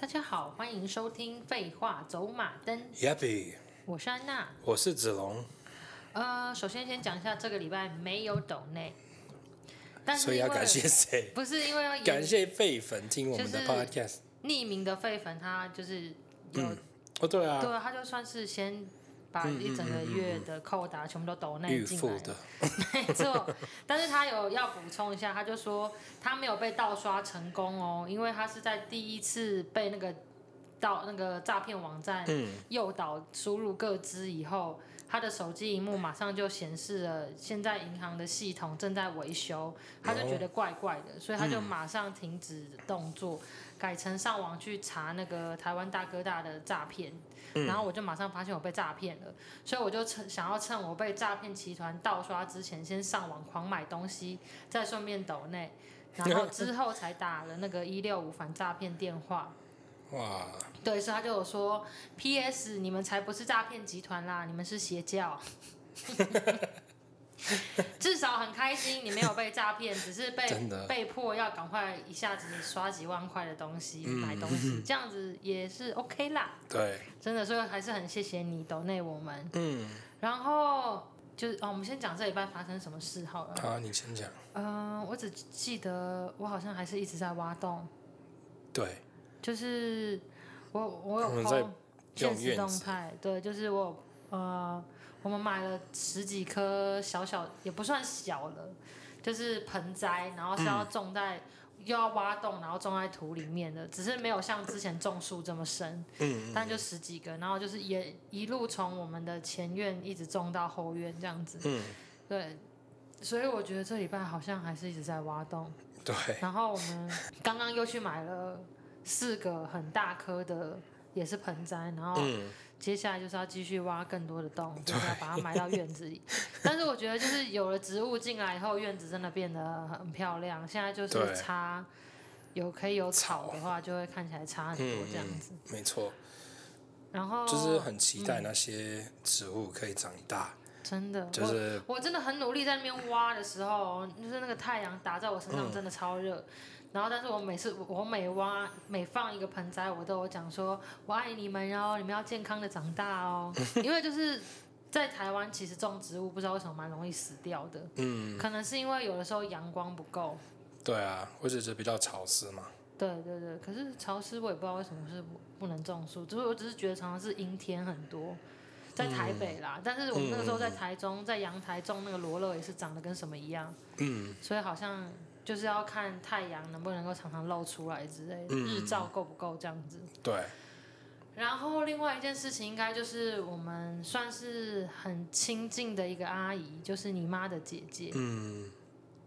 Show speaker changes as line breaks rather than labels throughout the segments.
大家好，欢迎收听《废话走马灯》，
Yappy，
我是安娜。
我是子龙，
呃，首先先讲一下这个礼拜没有抖内，但是
所以
因
要
为
感谢谁？
不是因为要演
感谢废粉听我们的
嗯就是
podcast。
匿名的废粉，他就是有、
哦，对啊，
对，他就算是先把一整个月的扣打全部都抖内
预
进
付
来了，
的，
没错，但是他有要补充一下，他就说他没有被盗刷成功哦，因为他是在第一次被那个盗那个诈骗网站诱导输入各资以后，他的手机荧幕马上就显示了现在银行的系统正在维修，他就觉得怪怪的，所以他就马上停止动作，改成上网去查那个台湾大哥大的诈骗，然后我就马上发现我被诈骗了。所以我就趁想要趁我被诈骗集团盗刷之前，先上网狂买东西，再顺便抖内，然后之后才打了那个一六五反诈骗电话。
哇，
对，所以他就有说，P.S. 你们才不是诈骗集团啦，你们是邪教。至少很开心，你没有被诈骗，只是被
真的
被迫要赶快一下子刷几万块的东西、买东西，这样子也是 OK 啦。
对，
真的，所以还是很谢谢你抖内我们。嗯，然后就是哦，我们先讲这礼拜发生什么事好了。
好，你先讲。
嗯、我只记得我好像还是一直在挖洞，
对，
就是我我
我
有
们在
抛现实
用院
动
子
态，对，就是我有呃，我们买了十几颗小小也不算小了，就是盆栽，然后是
嗯
要种在。又要挖洞，然后种在土里面的，只是没有像之前种树这么深。
嗯，
但就十几个，然后就是也一路从我们的前院一直种到后院这样子。
嗯，
对，所以我觉得这礼拜好像还是一直在挖洞。
对，
然后我们刚刚又去买了四个很大颗的，也是盆栽，然后
嗯，
接下来就是要继续挖更多的洞，就是要把它埋到院子 里。但是我觉得就是有了植物进来以后，院子真的变得很漂亮。现在就是
对
插有可以有草的话，就会看起来差很多这样子。
没错，
然后
嗯就是很期待那些植物可以长大，
真的，
就是
我我真的很努力在那边挖的时候，就是那个太阳打在我身上真的超热。然后，但是我每次我每挖每放一个盆栽，我都有讲说我爱你们哦，你们要健康的长大哦。因为就是在台湾，其实种植物不知道为什么蛮容易死掉的，
嗯，
可能是因为有的时候阳光不够。
对啊，或者是比较潮湿嘛，
对对对，可是潮湿我也不知道为什么是不不能种树，只是我只是觉得常常是阴天很多，在台北啦，但是我们那个时候在台中，在阳台种那个罗勒也是长得跟什么一样，嗯，所以好像就是要看太阳能不能够常常露出来之类的，日照够不够这样子。
对，
然后另外一件事情应该就是我们算是很亲近的一个阿姨，就是你妈的姐姐，
嗯，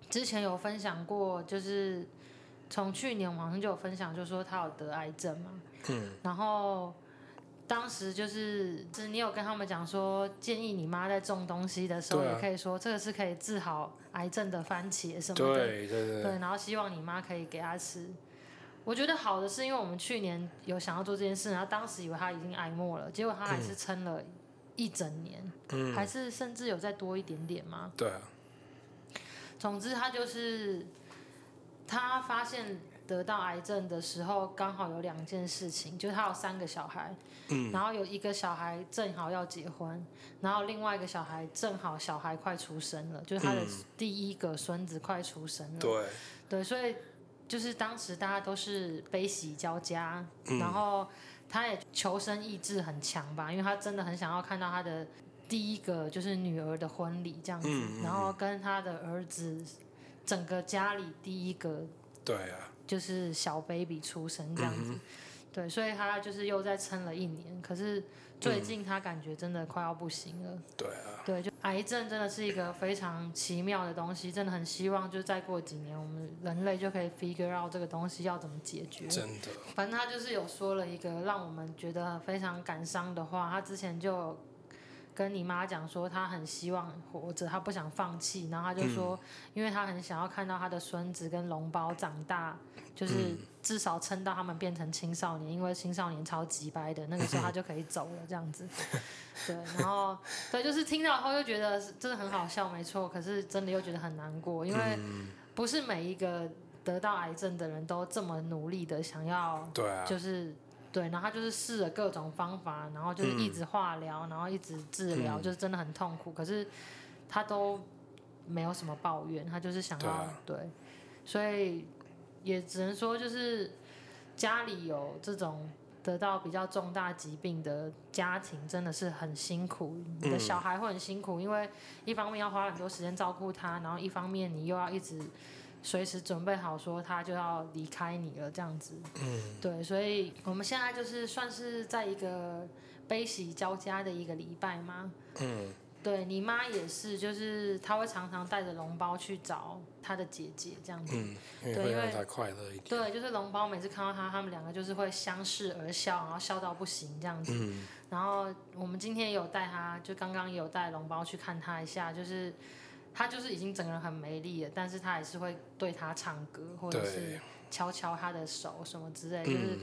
之前有分享过，就是从去年我好像就有分享，就说他有得癌症嘛。嗯。然后当时就是，就是你有跟他们讲说，建议你妈在种东西的时候，
对啊
也可以说这个是可以治好癌症的番茄什么的。
对对对对，
然后希望你妈可以给他吃。我觉得好的是，因为我们去年有想要做这件事，然后当时以为他已经癌末了，结果他还是撑了一整年，
嗯
还是甚至有再多一点点嘛。
对啊，
总之，他就是他发现得到癌症的时候，刚好有两件事情，就是他有三个小孩，
嗯
然后有一个小孩正好要结婚，然后另外一个小孩正好小孩快出生了，就是他的第一个孙子快出生了，
嗯对，
对，所以就是当时大家都是悲喜交加，然后他也求生意志很强吧，因为他真的很想要看到他的第一个就是女儿的婚礼这样子，然后跟他的儿子整个家里第一个嗯
对啊，
就是小 baby 出生这样子。对，所以他就是又再撑了一年，可是最近他感觉真的快要不行了。
对啊，
对，就癌症真的是一个非常奇妙的东西，真的很希望就再过几年，我们人类就可以 figure out 这个东西要怎么解决。
真的，
反正他就是有说了一个让我们觉得非常感伤的话，他之前就有跟你妈讲说他很希望活着，他不想放弃，然后他就说，因为他很想要看到他的孙子跟龙包长大，就是至少撑到他们变成青少年，因为青少年超级掰的，那个时候他就可以走了这样子。对，然后对，就是听到后又觉得是真的很好笑，没错，可是真的又觉得很难过，因为不是每一个得到癌症的人都这么努力的想要，
对啊，
就是对，然后他就是试了各种方法，然后就是一直化疗，然后一直治疗，
嗯
就是真的很痛苦。可是他都没有什么抱怨，他就是想要
对啊
对，所以也只能说就是家里有这种得到比较重大疾病的家庭真的是很辛苦，你的
嗯
小孩会很辛苦，因为一方面要花很多时间照顾他，然后一方面你又要一直随时准备好说他就要离开你了这样子。
嗯，
对，所以我们现在就是算是在一个悲喜交加的一个礼拜嘛。
嗯，
对你妈也是，就是她会常常带着笼包去找她的姐姐这样子。
嗯，因为
对
会
因为
让他快乐一点。
对，就是笼包每次看到她，他们两个就是会相视而笑，然后笑到不行这样子。
嗯
然后我们今天也有带他，就刚刚也有带龙包去看他一下，就是他就是已经整个人很没力了，但是他还是会对他唱歌，或者是
对
敲敲他的手什么之类，就是
嗯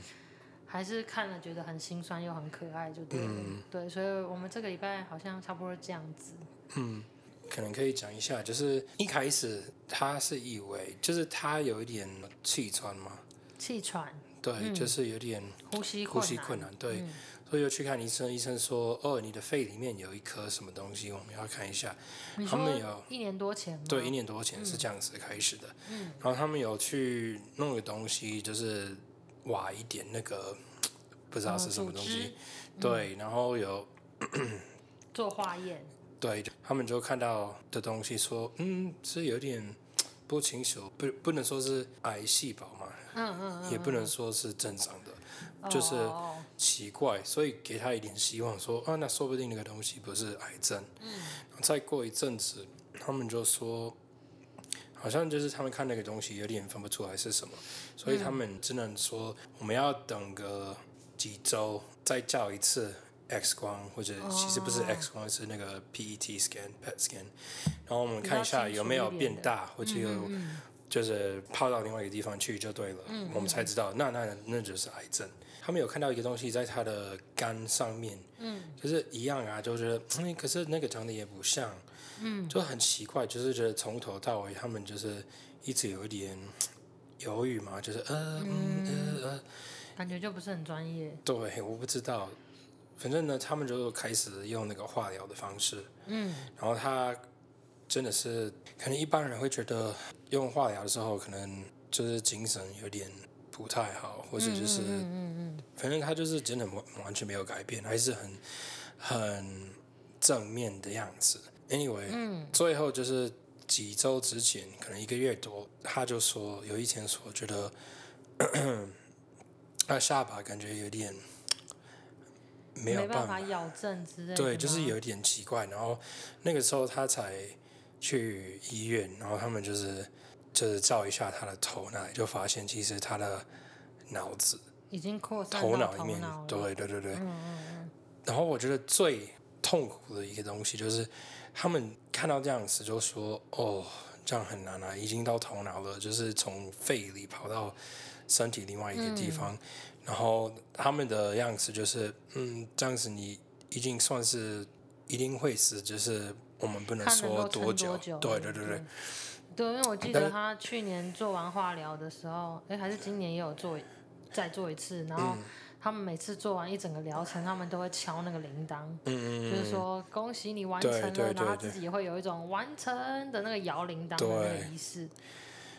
还是看了觉得很心酸又很可爱，就对了。
嗯
对，所以我们这个礼拜好像差不多这样子。
嗯，可能可以讲一下，就是一开始他是以为，就是他有一点气喘嘛，
气喘、
对，就是有点
呼嗯吸
呼
困
吸
难，嗯
困难，对，所以又去看医生，医生说，哦，你的肺里面有一颗什么东西，我们要看一下。
你
他们
说嗯
有
一年多前吗？
对，一年多前是这样子开始的。
嗯
然后他们有去弄个东西，就是挖一点那个不知道是什么东
嗯组织
西，对，然后有
做化验，
对他们就看到的东西说，嗯，是有点不清楚，不不能说是癌细胞嘛，
嗯嗯
也不能说是正常的，
嗯，
就是
哦哦
奇怪，所以给他一点希望说，啊，那说不定那个东西不是癌症。嗯，再过一阵子，他们就说，好像就是他们看那个东西有点分不出来是什么，所以他们只能说我们要等个几周再照一次 X 光，或者其实不是 X 光，是那个 E PET scan、PET scan，然后我们看一嗯下有没有变大，或者有。就是泡到另外一个地方去就对了，我们才知道那那那就是癌症。他们有看到一个东西在他的肝上面，嗯，就是一样啊，就觉得嗯，可是那个长得也不像，嗯，就很奇怪，就是觉得从头到尾他们就是一直有一点犹豫嘛，就是呃嗯呃呃，
感觉就不是很专业。
对，我不知道，反正呢，他们就开始用那个化疗的方式，
嗯，
然后他真的是，可能一般人会觉得用化疗的时候，可能就是精神有点不太好，或者就是，反正他就是真的完完全没有改变，还是很很正面的样子。Anyway，、最后就是几周之前，可能一个月多，他就说有一天说觉得 他下巴感觉有点没有
办
法
法咬正之类的吗。
对，就是有一点奇怪。然后那个时候他才去医院，然后他们就是就是照一下他的头那里，就发现其实他的脑子
已经扩散
头
到
脑里
头
面
脑，了嗯
对对对对。然后我觉得最痛苦的一个东西就是他们看到这样子就说：“哦，这样很难啊，已经到头脑了，就是从肺里跑到身体另外一个地方。
嗯
然后他们的样子就是：“嗯，这样子你已经算是一定会死，就是我们不能
看能
说
够撑
多
久。嗯
对对对
对
对，
对因为我记
但
得
是
他去年做完化疗的时候，哎，还是今年也有做再做一次，然
嗯
后他们每次做完一整个疗程，他们都会敲那个铃铛，
嗯
就是说恭喜你完成
对
了，
对
然后他
对
自
对
己也会有一种完成的那个摇铃铛的那个
对
仪式。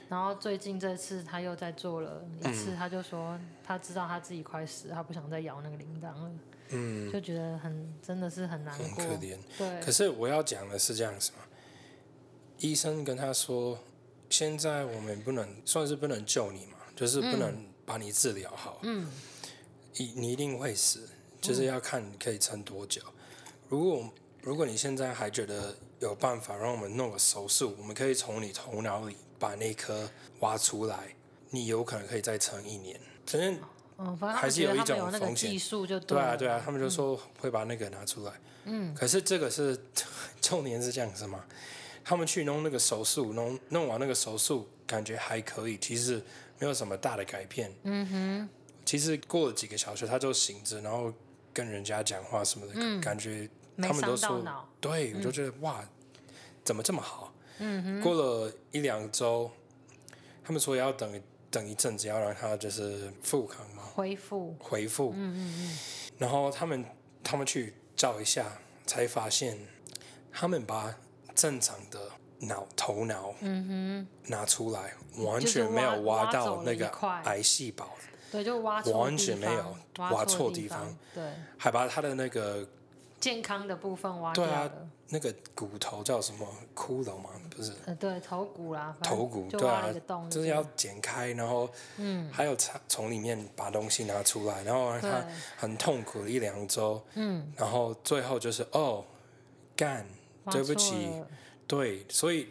然后最近这次他又再做了一
嗯
次，他就说他知道他自己快死，他不想再摇那个铃铛了，
嗯，
就觉得很真的是很难
很
过
可。怜。
对，
可是我要讲的是这样子嘛，医生跟他说，现在我们不能算是不能救你嘛，就是不能把你治疗好，嗯，你你一定会死，就是要看你可以撑多久。如果我如果你现在还觉得有办法让我们弄个手术，我们可以从你头脑里把那颗挖出来，你有可能可以再撑一年。反正
嗯，反正他们
还是
觉得
有
他们
一种
有那个
风险
技术就对嗯
对啊，
了
对啊，他们就说会把那个拿出来。嗯，可是这个是 重点是这样子嘛？他们去弄那个手术，弄弄完那个手术，感觉还可以，其实没有什么大的改变。嗯哼，其实过了几个小时，他就醒着，然后跟人家讲话什么的，感觉
嗯没
他们都
伤到
说
脑，嗯
对，我就觉得、哇，怎么这么好？嗯过了一两周，他们说要等等一阵子，要让他就是复康嘛，
恢复，
回复。嗯嗯嗯。然后他们他们去照一下，才发现他们把正常的脑头脑
嗯
拿出来，完
就是
全没有
挖
挖到
挖走了
那
一
个
块
癌细胞，
哼，对，就挖错
完全
地方
没有
挖
挖
错
错
地
地方
方，对，
还把他的那个
健康的部分挖掉
对啊
了，
那个骨头叫什么骷髅吗？不是，
呃，对，头骨啦，反正
头骨
就
对
挖
啊
了一个洞，
就是要剪开，然后嗯，还有从从里面把东西拿出来，然后他
对
很痛苦了一两周，
嗯，
然后最后就是哦，干，
挖
对不
错
起
了
对，所以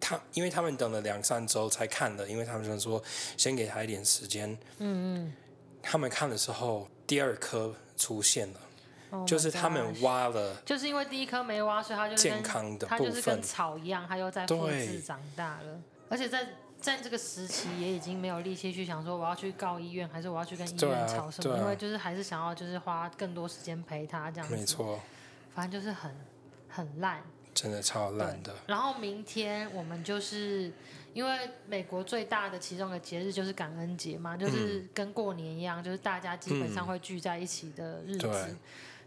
他因为他们等了两三周才看的，因为他们想说先给他一点时间，
嗯嗯
他们看的时候第二颗出现了，
，Oh my
就是他们
gosh
挖了
就是因为第一颗没挖，所以它就是
健
跟
康的
它
部
就是跟
分，
草一样，它又在复
对
制长大了，而且在在这个时期也已经没有力气去想说我要去告医院，还是我要去跟医
对
院
啊
吵什么，
对啊
因为就是还是想要就是花更多时间陪他这样子，
没，错，
反正就是很很烂。
真的超烂的，
然后明天我们就是因为美国最大的其中一个节日就是感恩节
嗯
嘛，就是跟过年一样，就是大家基本上会聚在一起的日子。
对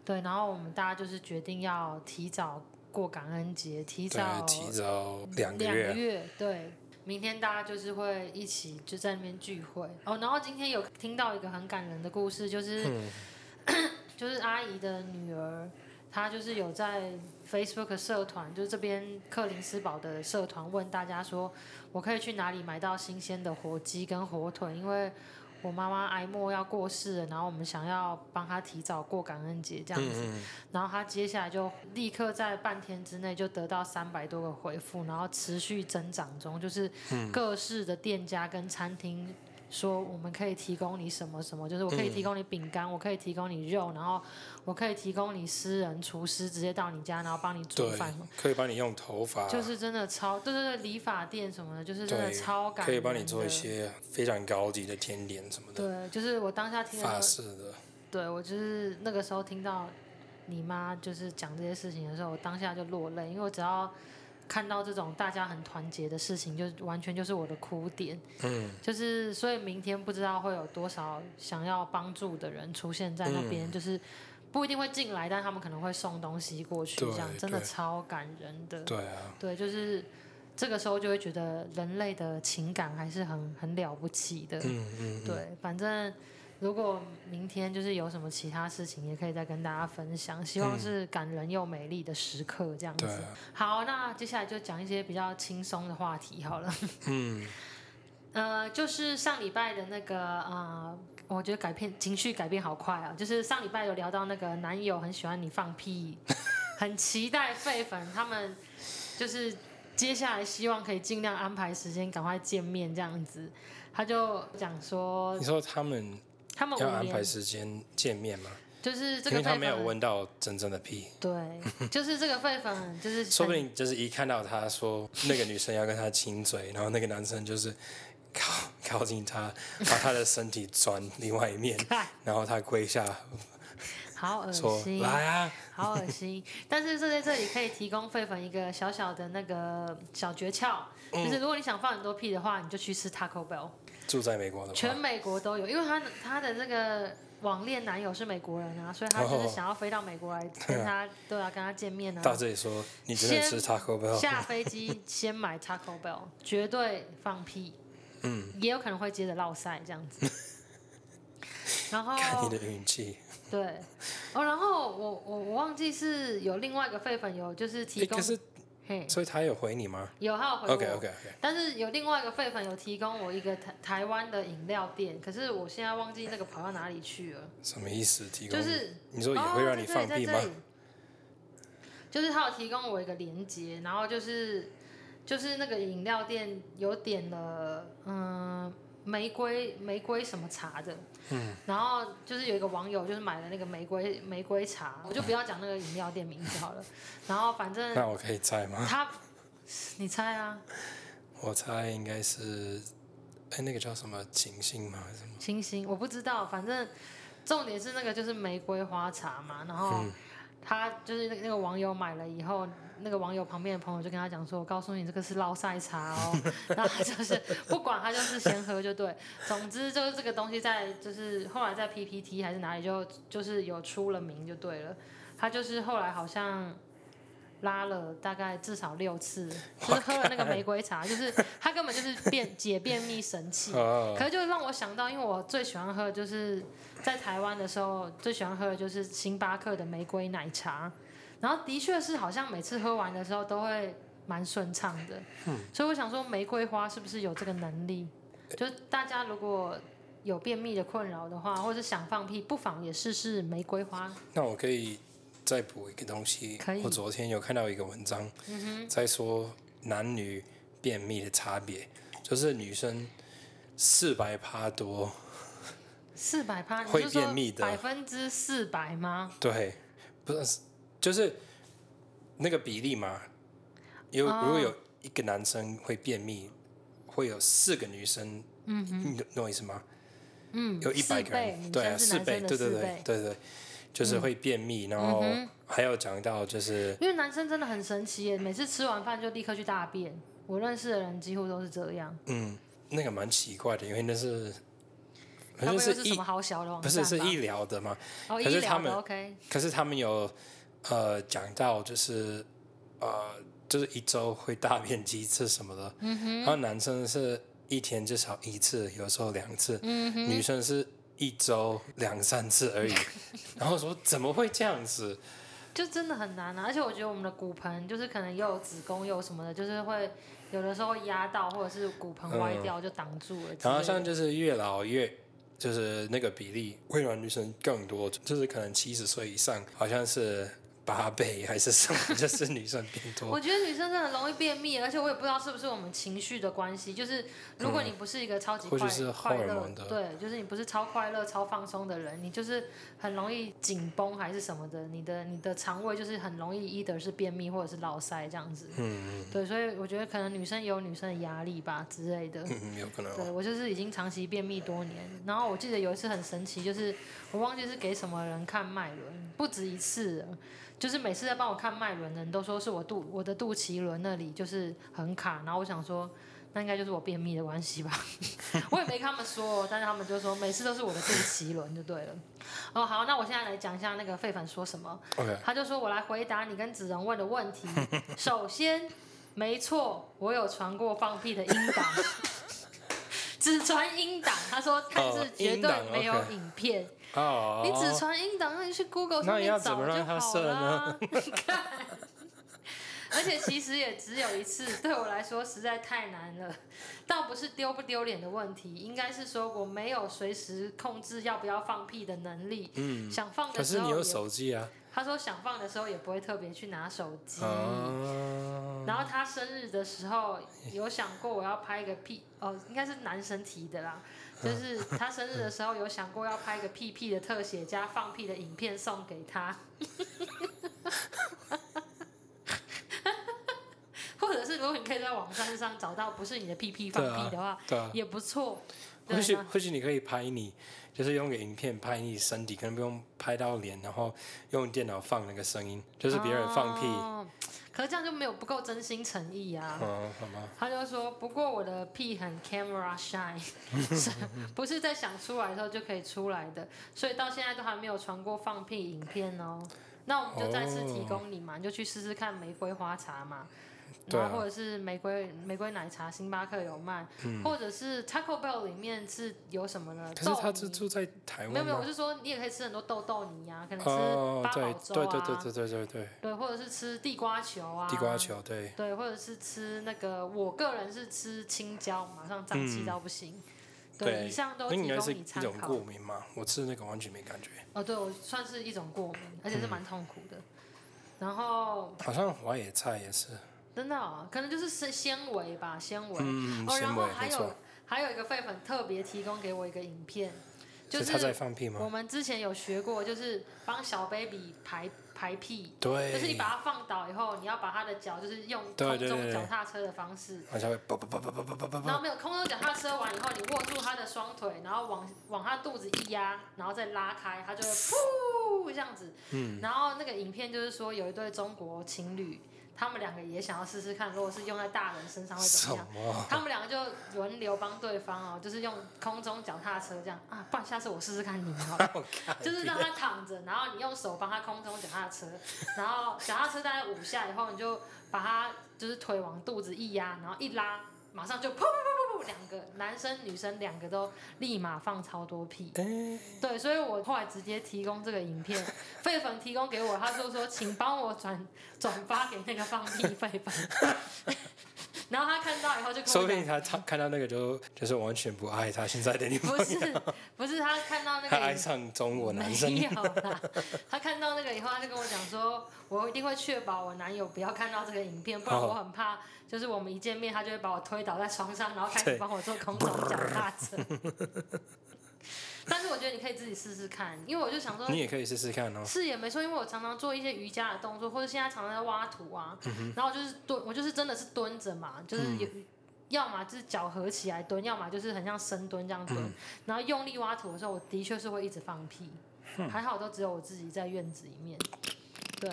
对，然后我们大家就是决定要提早过感恩节，提
对
早，
提早两个
两
月
个。月，对。明天大家就是会一起就在那边聚会哦，然后今天有听到一个很感人的故事，就是、
嗯
就是阿姨的女儿，她就是有在 Facebook 社团，就是这边克林斯堡的社团问大家说，我可以去哪里买到新鲜的火鸡跟火腿？因为我妈妈癌末要过世了，然后我们想要帮她提早过感恩节这样子。
嗯
然后她接下来就立刻在半天之内就得到三百多个回复，然后持续增长中，就是
嗯
各式的店家跟餐厅。说我们可以提供你什么什么，就是我可以提供你饼干，我可以提供你肉，然后我可以提供你私人厨师直接到你家，然后帮你煮
对
饭。，
可以帮你用头发，
就是真的超，对对对，理发店什么的，就是真的
对
超感人的
可以帮你做一。些非常高级的甜点什么的，
对，就是我当下听
法
到，
式的，
对我就是那个时候听到你妈就是讲这些事情的时候，我当下就落泪，因为我只要看到这种大家很团结的事情，就完全就是我的哭点。
嗯，
就是所以明天不知道会有多少想要帮助的人出现在那
嗯
边，就是不一定会进来，但他们可能会送东西过去，
对
这样真的
对
超感人的。
对啊，
对，就是这个时候就会觉得人类的情感还是很很了不起的。
嗯嗯，嗯，
对，反正如果明天就是有什么其他事情，也可以再跟大家分享。希望是感人又美丽的时刻，这样子。
嗯对啊，
好，那接下来就讲一些比较轻松的话题好了。
嗯，
呃，就是上礼拜的那个呃，我觉得改变情绪改变好快啊！就是上礼拜有聊到那个男友很喜欢你放屁，很期待费粉他们就是接下来希望可以尽量安排时间赶快见面这样子。他就讲说
你说他们
他们
要
五
安排
年
时间见面吗？
就是这
因
个
为他
费
没有
粉
问到真正的 屁，
对，就是这个费粉就是
说不
很
定就是一看到他说那个女生要跟他亲嘴，然后那个男生就是靠靠近他，把他的身体转另外一面
看，
然后他跪下
好恶
说
心，
来啊，
好恶心。但是这在这里可以提供费粉一个小小的那个小诀窍，
嗯
就是如果你想放很多屁的话，你就去吃 Taco Bell，
住在美国的
全
话，
美国都有，因为他他的那个网恋男友是美国人啊，所以他就是
哦
想要飞到美国来跟他对啊跟他见面啊。
到这里说你真的吃 Taco Bell，
下飞机先买 Taco Bell，绝对放屁，嗯，也有可能会接着落塞这样 子。然后
看你的运气。
对，哦，然后我我我忘记是有另外一个废粉有就是提
诶
供，哎
可是
嘿，
所以他有回你吗
有他有回我
？OK OK OK，
但是有另外一个废粉有提供我一个台台湾的饮料店，可是我现在忘记那个跑到哪里去了，
什么意思？提供
就是
你说也会让你放屁吗
哦在这里在这里就是他有提供我一个连接，然后就是就是那个饮料店有点了，嗯。玫瑰玫瑰什么茶的，嗯，然后就是有一个网友就是买了那个玫瑰玫瑰茶，我就不要讲那个饮料店名字好了，然后反正
那我可以猜吗？
他，你猜啊，
我猜应该是，哎，那个叫什么景星吗？还是什么？
清新，我不知道，反正重点是那个就是玫瑰花茶嘛，然后他就是那个那个网友买了以后，那个网友旁边的朋友就跟他讲说：“我告诉你，这个是捞晒茶哦。”然后他就是不管他就是先喝就对。总之就是这个东西在就是后来在 PPT 还是哪里就就是有出了名就对了。他就是后来好像拉了大概至少六次，就是喝了那个玫瑰茶，就是他根本就是便解便秘神器。
啊，
可是就让我想到，因为我最喜欢喝的就是在台湾的时候最喜欢喝的就是星巴克的玫瑰奶茶，然后的确是好像每次喝完的时候都会蛮顺畅的，
嗯
所以我想说玫瑰花是不是有这个能力？就是大家如果有便秘的困扰的话，或者想放屁，不妨也试试玫瑰花。
那我可以再补一个东西
可以。嗯
我昨天有看到一个文章，在说男女便秘的差别，就是女生四百趴多，
四百趴，你
会
是说
便秘的
百分之四百吗？
对，不是就是那个比例嘛。有
哦
如果有一个男生会便秘，会有四个女生，嗯你懂我意思吗？
嗯，
有一
四
百个
倍，
人，
女
对啊，
生是
四
男
倍，
生的
对对
四
对
倍。嗯
对对，就是会便秘，然后还有讲到就是
因为男生真的很神奇耶，每次吃完饭就立刻去大便。我认识的人几乎都是这样，
嗯，那个蛮奇怪的，因为那是
他
好
们
像
又是
医
什么好小的网
不
站
是是
吧
医疗的嘛，
哦，医
可是
疗
他
的
们
OK，
可是他们有呃讲到就是呃就是一周会大便几次什么的，
嗯
然后男生是一天至少一次，有时候两次，
嗯
女生是一周两三次而已， 然后说怎么会这样子？
就真的很难啊。而且我觉得我们的骨盆就是可能又有子宫又有什么的，就是会有的时候会压到，或者是骨盆歪掉就挡住了之类的。
嗯然后像就是越老越就是那个比例，微软女生更多，就是可能七十岁以上，好像是八倍还是什么，就是女生变 多
我。觉得女生真的容易便秘，而且我也不知道是不是我们情绪的关系。就是如果你不是一个超级
或
快、
许嗯是荷
快
尔
乐
蒙的，
对，就是你不是超快乐、超放松的人，你就是很容易紧绷还是什么的，你的你的肠胃就是很容易 either 是便秘或者是落塞这样子。
嗯
对，所以我觉得可能女生也有女生的压力吧之类的。
嗯，有可能
对
哦。
我就是已经长期便秘多年，然后我记得有一次很神奇，就是我忘记是给什么人看脉轮，不止一次了，就是每次在帮我看脉轮的人都说是我肚我的肚脐轮那里就是很卡，然后我想说。那应该就是我便秘的关系吧，我也没跟他们说，但是他们就说每次都是我的肚脐轮就对了。哦，好，那我现在来讲一下那个费凡说什么。
OK，
他就说：“我来回答你跟子荣问的问 题。首先，没错，我有传过放屁的音 档，只传音档。他说，但是绝
哦
对
音档
没有
，OK
影片。
哦，
你只传音档，那你去 Google 上
那要
面
怎
找
么
就
让它
好
射
啦。看而且其实也只有一次，对我来说实在太难了。倒不是丢不丢脸的问题，应该是说我没有随时控制要不要放屁的能力。
嗯，
想放
可
的时
是你
候也
有手机啊，
他说想放的时候也不会特别去拿手机。
啊，
然后他生日的时候有想过我要拍一个屁哦，应该是男生提的啦，就是他生日的时候有想过要拍一个屁屁的特写加放屁的影片送给他， 或者是如果你可以在网站上找到不是你的屁屁放
对
屁的话，
啊，对啊。
也不错。对啊
或许
吗
或许你可以拍你，就是用个影片拍你身体，可能不用拍到脸，然后用电脑放那个声音，就是别人放屁，
哦可是这样就没有不够真心诚意啊。
嗯，好吗？
他就说：“不过我的屁很 camera shy，是 不是在想出来的时候就可以出来的，所以到现在都还没有传过放屁影片哦。那我们就再次提供你嘛，你就去试试看玫瑰花茶嘛，
哦对啊
然后或者是玫瑰玫瑰奶茶，星巴克有卖，或者是 Taco Bell 里面是有什么呢？
嗯可是他
豆
是
泥
住在台
没有
湾
没有，我
吗？
是说你也可以吃很多豆豆泥啊，可能吃
哦
八，宝
对
粥
对
啊，
对对对对对对，
对或者是吃地瓜球啊，
地瓜球对。
对，或者是吃那个，我个人是吃青椒，马上胀气到不行。对，以上都
嗯那
提
应该
供
是
你
一
参
种
考
过。敏嘛，我吃那个完全没感觉，
哦，对，我算是一种过敏，而
嗯
且是蛮痛苦的。然后
好像花野菜也是，
真的哦、可能就是纤纤维吧，纤维。
嗯，
哦，然
纤
后
维
还
没
有
错，
还有一个废粉特别提供给我一个影片，就是
他在放屁
我
吗？
们之前有学过，就是帮小 baby 排排屁，
对，
就是你把它放倒以后，你要把它的脚就是用
对
空
对对
中
对
脚踏车的方式，
它才会叭叭叭叭叭叭叭
然
叭，
后没有空中脚踏车完以后，你握住它的双腿，然后往往它肚子一压，然后再拉开，它就会噗这样子。嗯。然后那个影片就是说，有一对中国情侣，他们两个也想要试试看，如果是用在大人身上会怎
什
么样？
么？
他们两个就轮流帮对方哦，就是用空中脚踏车这样啊，不然下次我试试看你好了就是让他躺着，然后你用手帮他空中脚踏车，然后脚踏车大概五下以后，你就把他就是腿往肚子一压，然后一拉，马上就噗噗噗噗噗，两个男生女生两个都立马放超多屁。
哎，
对，所以我后来直接提供这个影片，狒粉提供给我，他就说请帮我转转发给那个放屁狒粉， 然后他看到以后就跟
说
我
不
讲
定他他看到那个就就是完全不爱他现在的女朋
不
友，
是不是，他看到那
他
个
爱
影
上中国男生
没。有啦，他看到那个以后，他就跟我讲说，我一定会确保我男友不要看到这个影片，不然
哦
我很怕，就是我们一见面，他就会把我推倒在床上，然后开始
对
帮我做空中脚踏车。 但是我觉得你可以自己试试看，因为我就想说
你。也可以试试看哦。
是也没错，因为我常常做一些瑜伽的动作，或者现在常常在挖土啊，然后就是蹲，我就是真的是蹲着嘛，就是有，要么就是脚合起来蹲，要么就是很像深蹲这样蹲，然后用力挖土的时候，我的确是会一直放屁，还好都只有我自己在院子里面，对。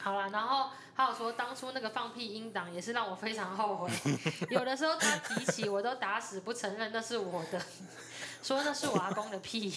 好啦，然后还有说，当初那个放屁音档也是让我非常后悔。有的时候他提起，我都打死不承认那是我的，说那是我阿公的屁。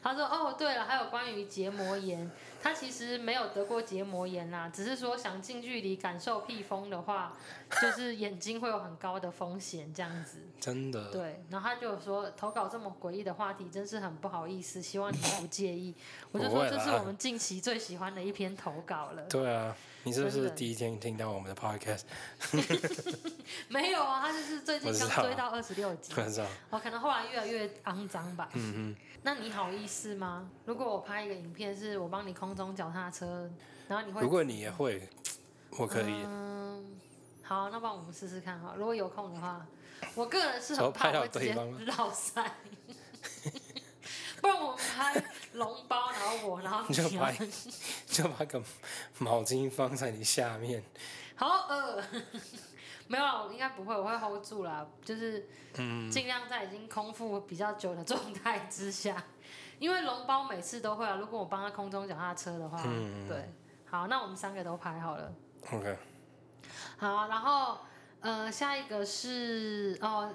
他说：“哦，对了，还有关于结膜炎，他其实没有得过结膜炎啦，只是说想近距离感受屁风的话，就是眼睛会有很高的风险这样 子。
真的，
对，然后他就有说投稿这么诡异的话题，真是很不好意思，希望你不介意。我就
不
说
会
这
啦
是我们近期最喜欢的一篇投稿了。
对啊，你是不
真
是
的
第一天听到我们的 podcast？
没有啊，他就是最近
我知
刚
道啊
追到二十六集
不，知道，
哦，可能后来越来越肮脏 吧。嗯嗯。那你好意思吗？如果我拍一个影片，是我帮你空中脚踏车，然后你会
如果你也会，我可以。
嗯，好，那帮我们试试看哈。如果有空的话，我个人是
怎
很
么
怕
拍到
会直接
对方吗
绕塞， 不然我们拍龙包，然后我，然后
你就
然后
拍就把个毛巾放在你下面，
好恶。 没有啊，我应该不会，我会 hold 住啦，就是
嗯
尽量在已经空腹比较久的状态之下，因为龙包每次都会啊。如果我帮他空中脚踏车的话，
嗯
对，好，那我们三个都拍好了。
OK，
好，然后呃，下一个是哦，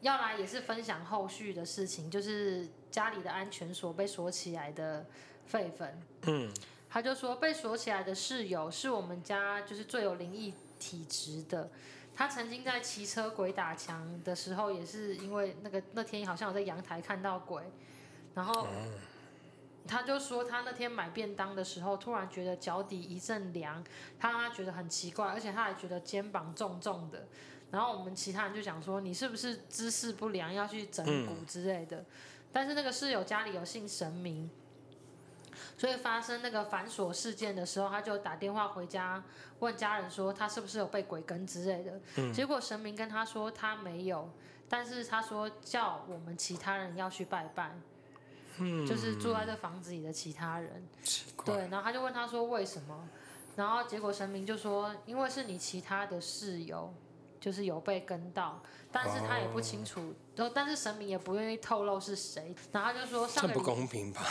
要来也是分享后续的事情，就是家里的安全锁被锁起来的狒粉。
嗯，
他就说被锁起来的室友是我们家就是最有灵异体质的。他曾经在骑车鬼打墙的时候，也是因为那个那天好像有在阳台看到鬼，然后他就说他那天买便当的时候，突然觉得脚底一阵凉，他觉得很奇怪，而且他还觉得肩膀重重的。然后我们其他人就讲说，你是不是姿势不良要去整骨之类的？但是那个室友家里有信神明，所以发生那个反锁事件的时候，他就打电话回家问家人说他是不是有被鬼跟之类的。结果神明跟他说他没有，但是他说叫我们其他人要去拜拜，就是住在这房子里的其他人。
奇怪，
对，然后他就问他说为什么，然后结果神明就说，因为是你其他的室友，就是有被跟到，但是他也不清楚，然后、但是神明也不愿意透露是谁，然后他就说上
这
个
不
礼，
公平吧？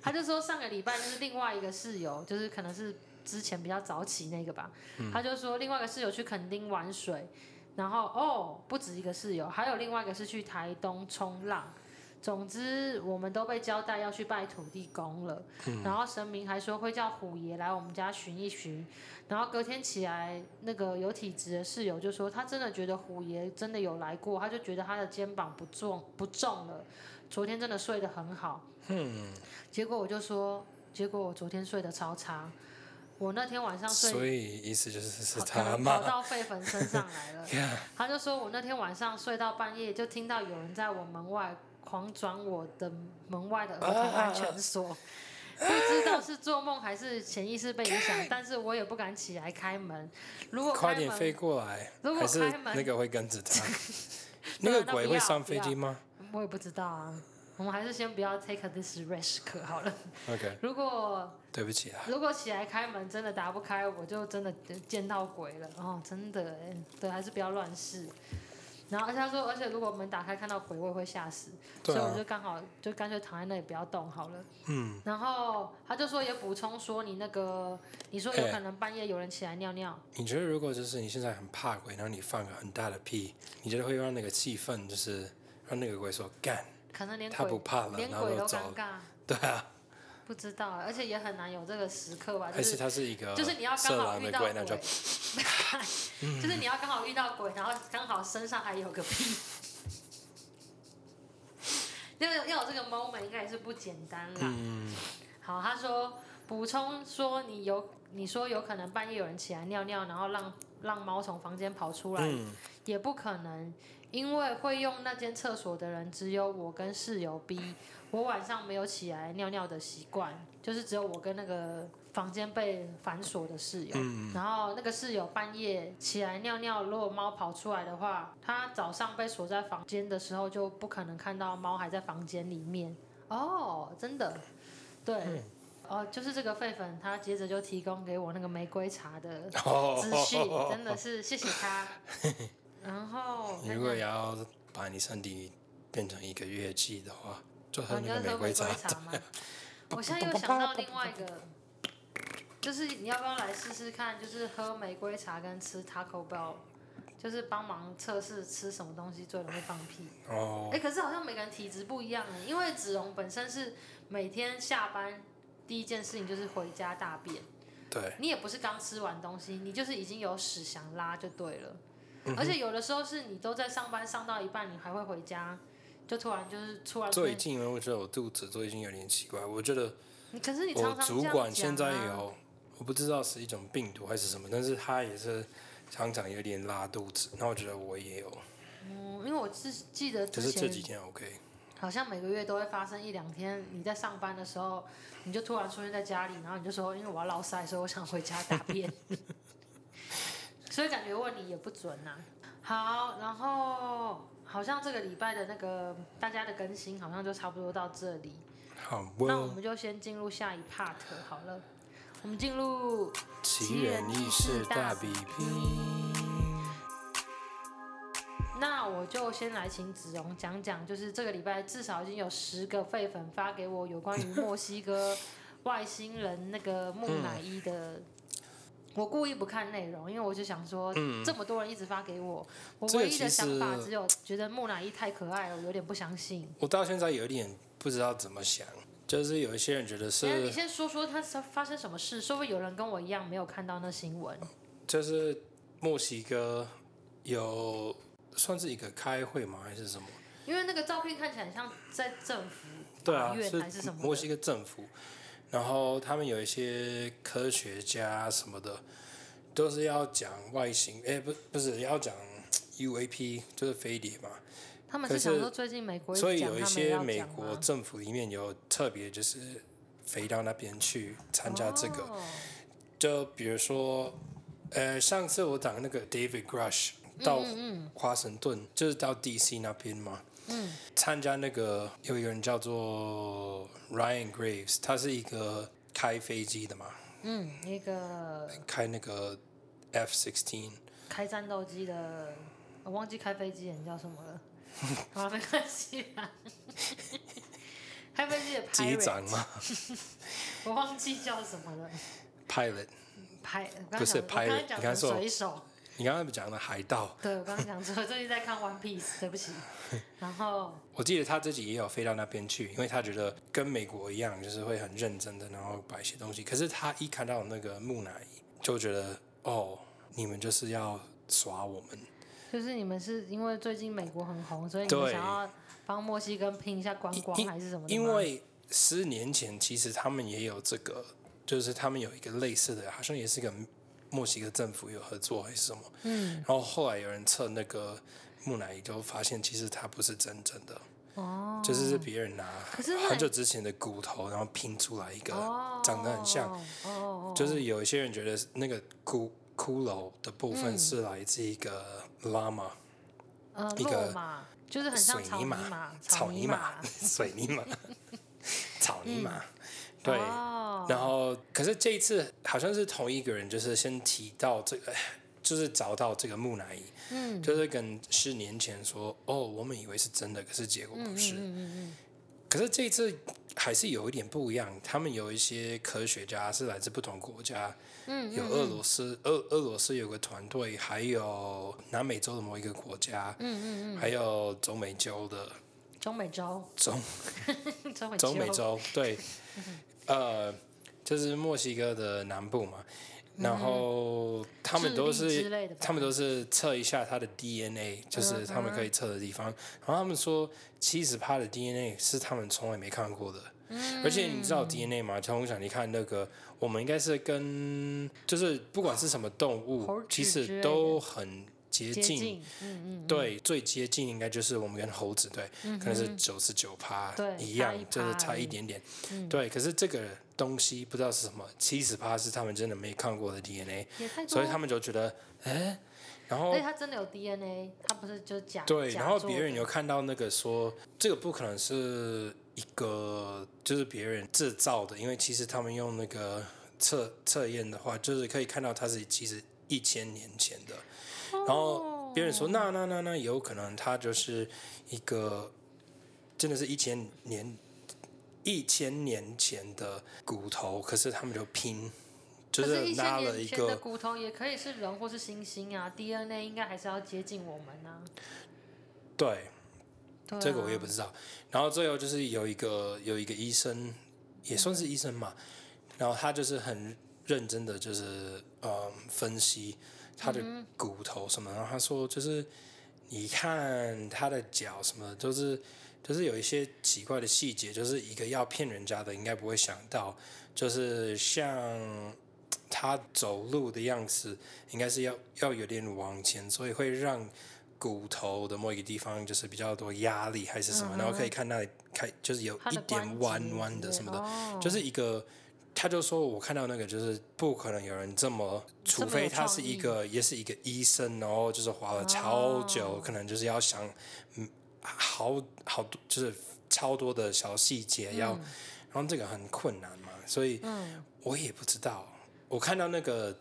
他就说上个礼拜就是另外一个室友，就是可能是之前比较早起那个吧，他就说另外一个室友去垦丁玩水，然后哦不止一个室友，还有另外一个是去台东冲浪。总之，我们都被交代要去拜土地公了，然后神明还说会叫虎爷来我们家巡一巡，然后隔天起来，那个有体质的室友就说他真的觉得虎爷真的有来过，他就觉得他的肩膀不重不重了，昨天真的睡得很好，结果我就说，结果我昨天睡得超差，我那天晚上睡
所以意思就是是
好可
他
能跑
嘛？
到狒粉身上来了。他就说我那天晚上睡到半夜，就听到有人在我门外狂转我的门外的儿童
啊
安全锁。不知道是做梦还是潜意识被影响，但是我也不敢起来开门。如果
快
开
点
门
飞过来，
如果
还是
开门
那个会跟着他？
对啊
那个
那
鬼
不
会
要
上
不
飞
要
机吗？
我也不知道啊。我们还是先不要 take this risk 好了。
OK，
如果
对不起啊，
如果起来开门真的打不开，我就真的见到鬼了哦，真的哎，对，还是不要乱试。然后而且他说，而且如果门打开看到鬼，我也会吓死，
对
所以
啊
我就刚好就干脆躺在那里不要动好了。
嗯，
然后他就说也补充说你那个，你说有
哎
可能半夜有人起来尿尿，
你觉得如果就是你现在很怕鬼，然后你放个很大的屁，你觉得会让那个气氛就是让那个鬼说干，
可能连
他不
鬼
怕了，
连
然后
鬼
就
都
走
尴
了，
尬，
对啊，
不知道，而且也很难有这个时刻吧，
还
就是
他是一个
就是你要刚
色
好
狼
遇
的
到
鬼，
鬼，
那就
就是你要刚好遇到鬼，然后刚好身上还有个屁， 要有要有这个 moment 应该也是不简单啦。
嗯，
好，他说补充说你有你说有可能半夜有人起来尿尿，然后让让猫从房间跑出来，
嗯
也不可能，因为会用那间厕所的人只有我跟室友 B。我晚上没有起来尿尿的习惯，就是只有我跟那个房间被反锁的室友。
嗯
然后那个室友半夜起来尿尿，如果猫跑出来的话，他早上被锁在房间的时候就不可能看到猫还在房间里面。哦，真的，对。哦，就是这个狒粉，他接着就提供给我那个玫瑰茶的资讯，
哦，
真的是谢谢 他。然后，
你如果要把你身体变成一个乐器的话，就喝
哦你
那
要
个玫
说
瑰
瑰
茶，
吗？我现在又想到另外一个，就是你要不要来试试看？就是喝玫瑰茶跟吃 Taco Bell，就是帮忙测试吃什么东西最容易放屁。
哦
哎、，可是好像每个人体质不一样哎，因为子荣本身是每天下班第一件事情就是回家大便。
对，
你也不是刚吃完东西，你就是已经有屎想拉就对了。
嗯
而且有的时候是你都在上班上到一半，你还会回家，就突然就是突然
最
间，
近我觉得我肚子最近有点奇怪，我觉得
你可是你
我
常常
主
这样
管
讲
现在
啊
有，我不知道是一种病毒还是什么，但是他也是常常有点拉肚子，然后我觉得我也有，
嗯，因为我是记得
只
之
是这几
前
天 OK，
好像每个月都会发生一两天，你在上班的时候，你就突然出现在家里，然后你就说因为我要落塞，所以我想回家大便， 所以感觉问你也不准呐、好，然后好像这个礼拜的那个大家的更新好像就差不多到这里。
好
那我
问
们就先进入下一 part 好了，我们进入
奇人异事大比拼，
那我就先来请子荣讲讲，就是这个礼拜至少已经有十个废粉发给我有关于墨西 哥外星人那个木乃
嗯
伊的。我故意不看内容，因为我就想说，这么多人一直发给我，我
嗯这个
唯一的
其
想法
实
只有觉得木乃伊太可爱了，我有点不相信。
我到现在有点不知道怎么想，就是有一些人觉得
等一下你
是，
先说说他发生什么事，说不定有人跟我一样没有看到那新闻。
就是墨西哥有算是一个开会吗，还是什么？
因为那个照片看起来很像在政府
对啊
法，院还
是
什么
墨
的
西哥政府，然后他们有一些科学家什么的，都是要讲外星，哎、不不是要讲 UAP，就是飞碟嘛。
他们是
可是
想说最近美国
所以
讲
有一
他们也
些
要
美
讲
国
吗
政府里面有特别就是飞到那边去参加这个，
哦
就比如说，呃，上次我讲那个 David Grush 到华盛顿，就是到 DC 那边嘛，
嗯，
参加那个有一个人叫做 Ryan Graves，他是一个开飞机的嘛，
嗯，那个
开那个 F sixteen，
开战斗机的，我忘记开飞机的人叫什么 了，好了，没关系啦。开飞机的
机
pirate，
长嘛
我忘记叫什么了。
，pilot。
拍，我刚
不是
讲，我刚
pirate，
才
你
讲成
刚才说
水手，
你刚刚讲的海盗，
对我刚刚讲 错，最近在看 One Piece，对不 起。然后
我记得他自己也有飞到那边去，因为他觉得跟美国一样，就是会很认真的，然后摆一些东西。可是他一看到那个木乃伊，就觉得哦，你们就是要耍我们。
就是你们是因为最近美国很红，所以你们
对
想要帮墨西哥拼一下观光
因
还是什么的吗
因为十年前其实他们也有这个，就是他们有一个类似的，好像也是跟墨西哥政府有合作还是什么。嗯。然后后来有人测那个木乃伊，就发现其实它不是真正的，
哦，
就是是别人拿
可是那
很久之前的骨头，然后拼出来一个
哦
长得很像。
哦哦，
就是有一些人觉得那个骨嗯骷髅的部分是来自一个 llama，、
呃，
一个
肉嘛，就是很像草泥马，
草泥马， 水泥马，草泥马，对。
哦
然后，可是这一次好像是同一个人，就是先提到这个， 就是找到这个木乃伊，嗯，就是跟十年前说，哦，我们以为是真的，可是结果
嗯
不是。可是这一次还是有一点不一样，他们有一些科学家是来自不同国家，嗯，有俄罗斯，俄俄罗斯有个团队，还有南美洲的某一个国家，嗯嗯嗯，还有中美洲的
中美洲，
中
中美
中美洲， 对，呃，就是墨西哥的南部嘛。然后他们都
智利之
是
类的吧，
他们都是测一下他的 DNA，就是
嗯
他们可以测的地方。然后他们说，七十趴的 DNA 是他们从来没看过的。
嗯
而且你知道 DNA 吗？通常你看那个，我们应该是跟就是不管是什么动
猴
物
子，
其
之类
实
的
都很接
接
近。
近，嗯嗯，
对，最接近应该就是我们跟猴子对，可能是九十九趴
嗯对
一
差
样
一，
就是
趴
差
而已嗯
一点点。对，可是这个东西不知道是什么，七十趴是他们真的没看过的 DNA，
也太多
所以
了。
他们就觉得，哎、然后
而且它真的有 DNA，它不是就是假
对，
假
然后
做
别人
的
有看到那个说，这个不可能是一个就是别人制造的，因为其实他们用那个测测验的话，就是可以看到它是其实一千年前的。然
哦
后别人说，那那那那有可能它就是一个真的是一千年一千年前的骨头，可是他们就拼，就
可是一千
拿了
年
一
前的
个
骨头也可以是人或是猩猩啊，DNA 应该还是要接近我们啊。
对。
对啊
这个我也不知道。然后最后就是有一个有一个医生，也算是医生嘛，然后他就是很认真的就是嗯分析他的骨头什么，然后他说就是你看他的脚什么，就是就是有一些奇怪的细节，就是一个要骗人家的应该不会想到，就是像。他走路的样子应该是要要有点往前，所以会让骨头的某一个地方就是比较多压力还是什么，然后可以看到看就是有
它
一
嗯的关
点弯
节
弯
之
的
类
什么的，
哦
就是一个。他就说，我看到那个就是不可能有人这么，
这
除
么有
非他是
创
一
意啊
个也是一个医生，然后就是花了超久，可能就是要想，嗯，好好多就是超多的小细节要，
嗯
然后这个很困难嘛，所以我也不知道。我看到那个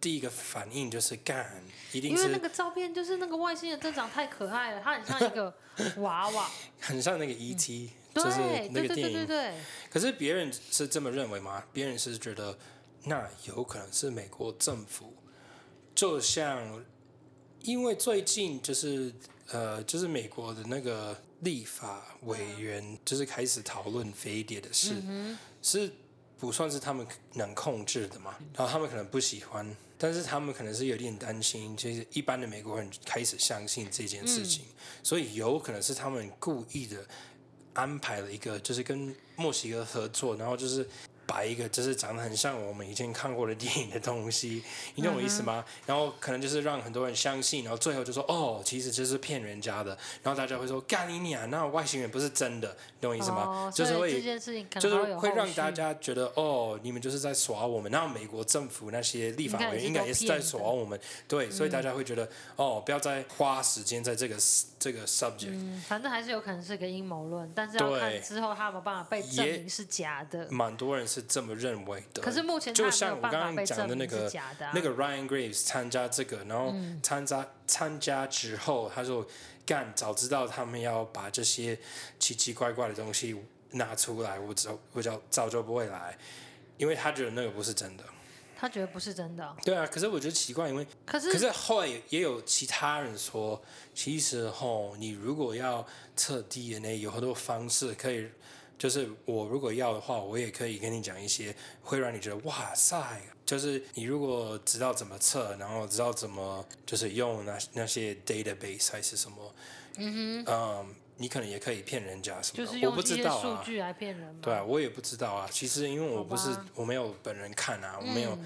第一个反应就是干，一定
因为
是
那个照片就是那个外星人真长太可爱了，它很像一 个娃娃，
很
嗯
像那个 E E.T.，、
对
就是
对
那
对对
个电
对
影。
对，
可是别人是这么认为吗？别人是觉得那有可能是美国政府，就像因为最近就是呃，就是美国的那个立法委员就是开始讨论飞碟的事，是不算是他们能控制的嘛？然后他们可能不喜欢，但是他们可能是有点担心，就是一般的美国人开始相信这件事情，所以有可能是他们故意的。安排了一个，就是跟墨西哥合作，然后就是摆一个，就是长得很像我们以前看过的电影的 东西，你懂我意思
嗯
吗？然后可能就是让很多人相信，然后最后就说哦，其实这是骗人家的，然后大家会说干你娘，那外星人不是真的，你懂我意思吗？
哦，
就
所以
是
这
会。
件事情可
就
能还
是
有
会
后
让
续
大家觉得哦，你们就是在耍我们。然后美国政府那些立法委员应
应
该
该
也
也
是
是
在
都嗯
耍我们，对，所以大家会觉得哦，不要再花时间在这个这个 subject。
嗯，反正还是有可能是个阴谋论，但是要
对
看之后他有没有办法被证
也
明是假的。
蛮多人是这么认为的。
可是啊目前他还没
就像
有
我
办
刚
法
刚
被
讲
证
的那
明是
个
假的啊。
那个 Ryan Graves 参加这个，然后
嗯
参加、参加之后，他说干，早知道他们要把这些奇奇怪怪的东西拿出来，我早我早早就不会来，因为他觉得那个不是真的。
他觉得不是真的哦，
对啊，可是我觉得奇怪，因为
可是
可是后来也有其他人说，其实吼，你如果要测 DNA，有很多方式可以，就是我如果要的话，我也可以跟你讲一些会让你觉得哇塞，就是你如果知道怎么测，然后知道怎么就是用那那
嗯
些 database 还是什么，嗯你可能也可以骗人家什么
就
的，
是
我
用
不
这
知
些
道
数
啊。
据来骗人嘛。
对啊，我也不知道啊。其实因为我不是
嗯好吧嗯
我没有本人看啊，我没有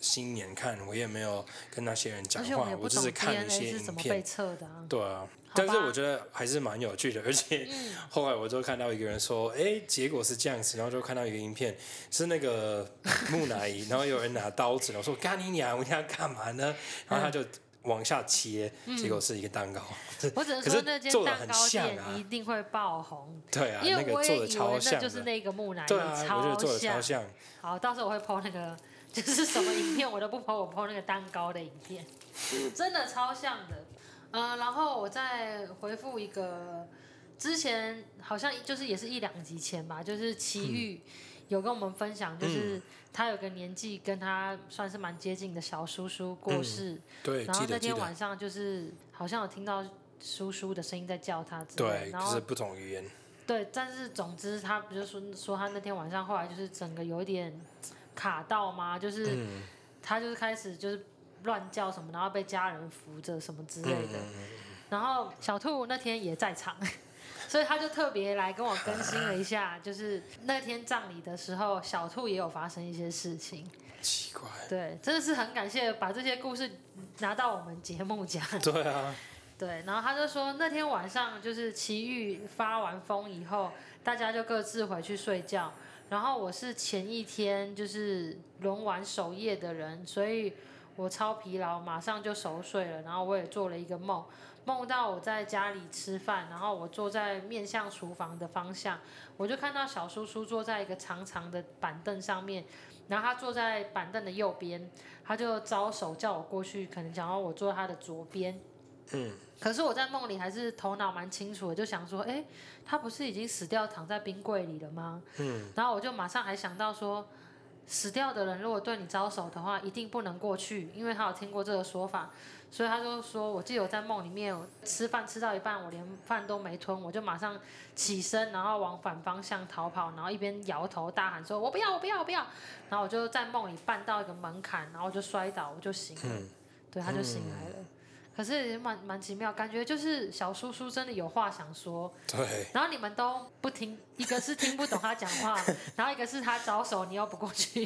新年看，我也没有跟那些人讲
而且我
话
们也，不
只
懂
是看一
DNA
些
是
影
怎么被
片。
测的啊。
对啊，
好
但是
吧嗯
我觉得还是蛮有趣的，而且 后来我就看到一个人说，哎、结果是这样子，然后就看到一个影片是那
嗯
个木乃伊，然后有人拿刀子，然后说干你娘，我要干嘛呢？然后他就往下切，结果是一个蛋糕。
我只能
可
说
是
那间
做得
蛋
很
糕
像
店
啊
一定会爆红，
对啊，
因
那
为我
个做
也
的
以
超
为那
像
就是
的。
那个木乃伊，
对啊，我觉得
超
做的超像。
好，到时候我会 PO 那个， 就是什么影片我都不 PO，我 PO 那个蛋糕的影片，
嗯
真的超像的。呃，然后我再回复一个，之前好像就是也是一两集前吧，就是
嗯
奇遇有跟我们分享，就是他有个年纪跟他算是蛮接近的小叔叔过世，
对，
然后
嗯记
那
得记
天
得。
晚上就是好像有听到叔叔的声音在叫他之类的，
对，
然
就
后
是不同语言。
对，但是总之他不是说说他那天晚上后来就是整个有一点卡到吗？就是、他就是开始就是乱叫什么，然后被家人扶着什么之类的。然后小兔那天也在场， 所以他就特别来跟我更新了一下，就是那天葬礼的时候，小兔也有发生一些事情。
奇怪。
对，真的是很感谢把这些故事拿到我们节目讲。
对啊，
对，然后他就说那天晚上就是奇遇发完疯以后，大家就各自回去睡觉。然后我是前一天就是轮完守夜的人，所以我超疲劳，马上就熟睡了。然后我也做了一个梦，梦到我在家里吃饭，然后我坐在面向厨房的方向，我就看到小叔叔坐在一个长长的板凳上面，然后他坐在板凳的右边，他就招手叫我过去，可能想要我坐在他的左边。可是我在梦里还是头脑蛮清楚的，就想说，哎，他不是已经死掉躺在冰柜里了吗？嗯，然后我就马上还想到说，死掉的人如果对你招手的话，一定不能过去，因为他有听过这个说法，所以他就说，我记得我在梦里面我吃饭吃到一半，我连饭都没吞，我就马上起身，然后往反方向逃跑，然后一边摇头大喊说，我不要，我不要，我不要，然后我就在梦里绊到一个门槛，然后我就摔倒，我就醒了，对，他就醒来了。可是也蛮蛮奇妙，感觉就是小叔叔真的有话想说，
对，
然后你们都不听，一个是听不懂他讲话，然后一个是他招手你又不过去，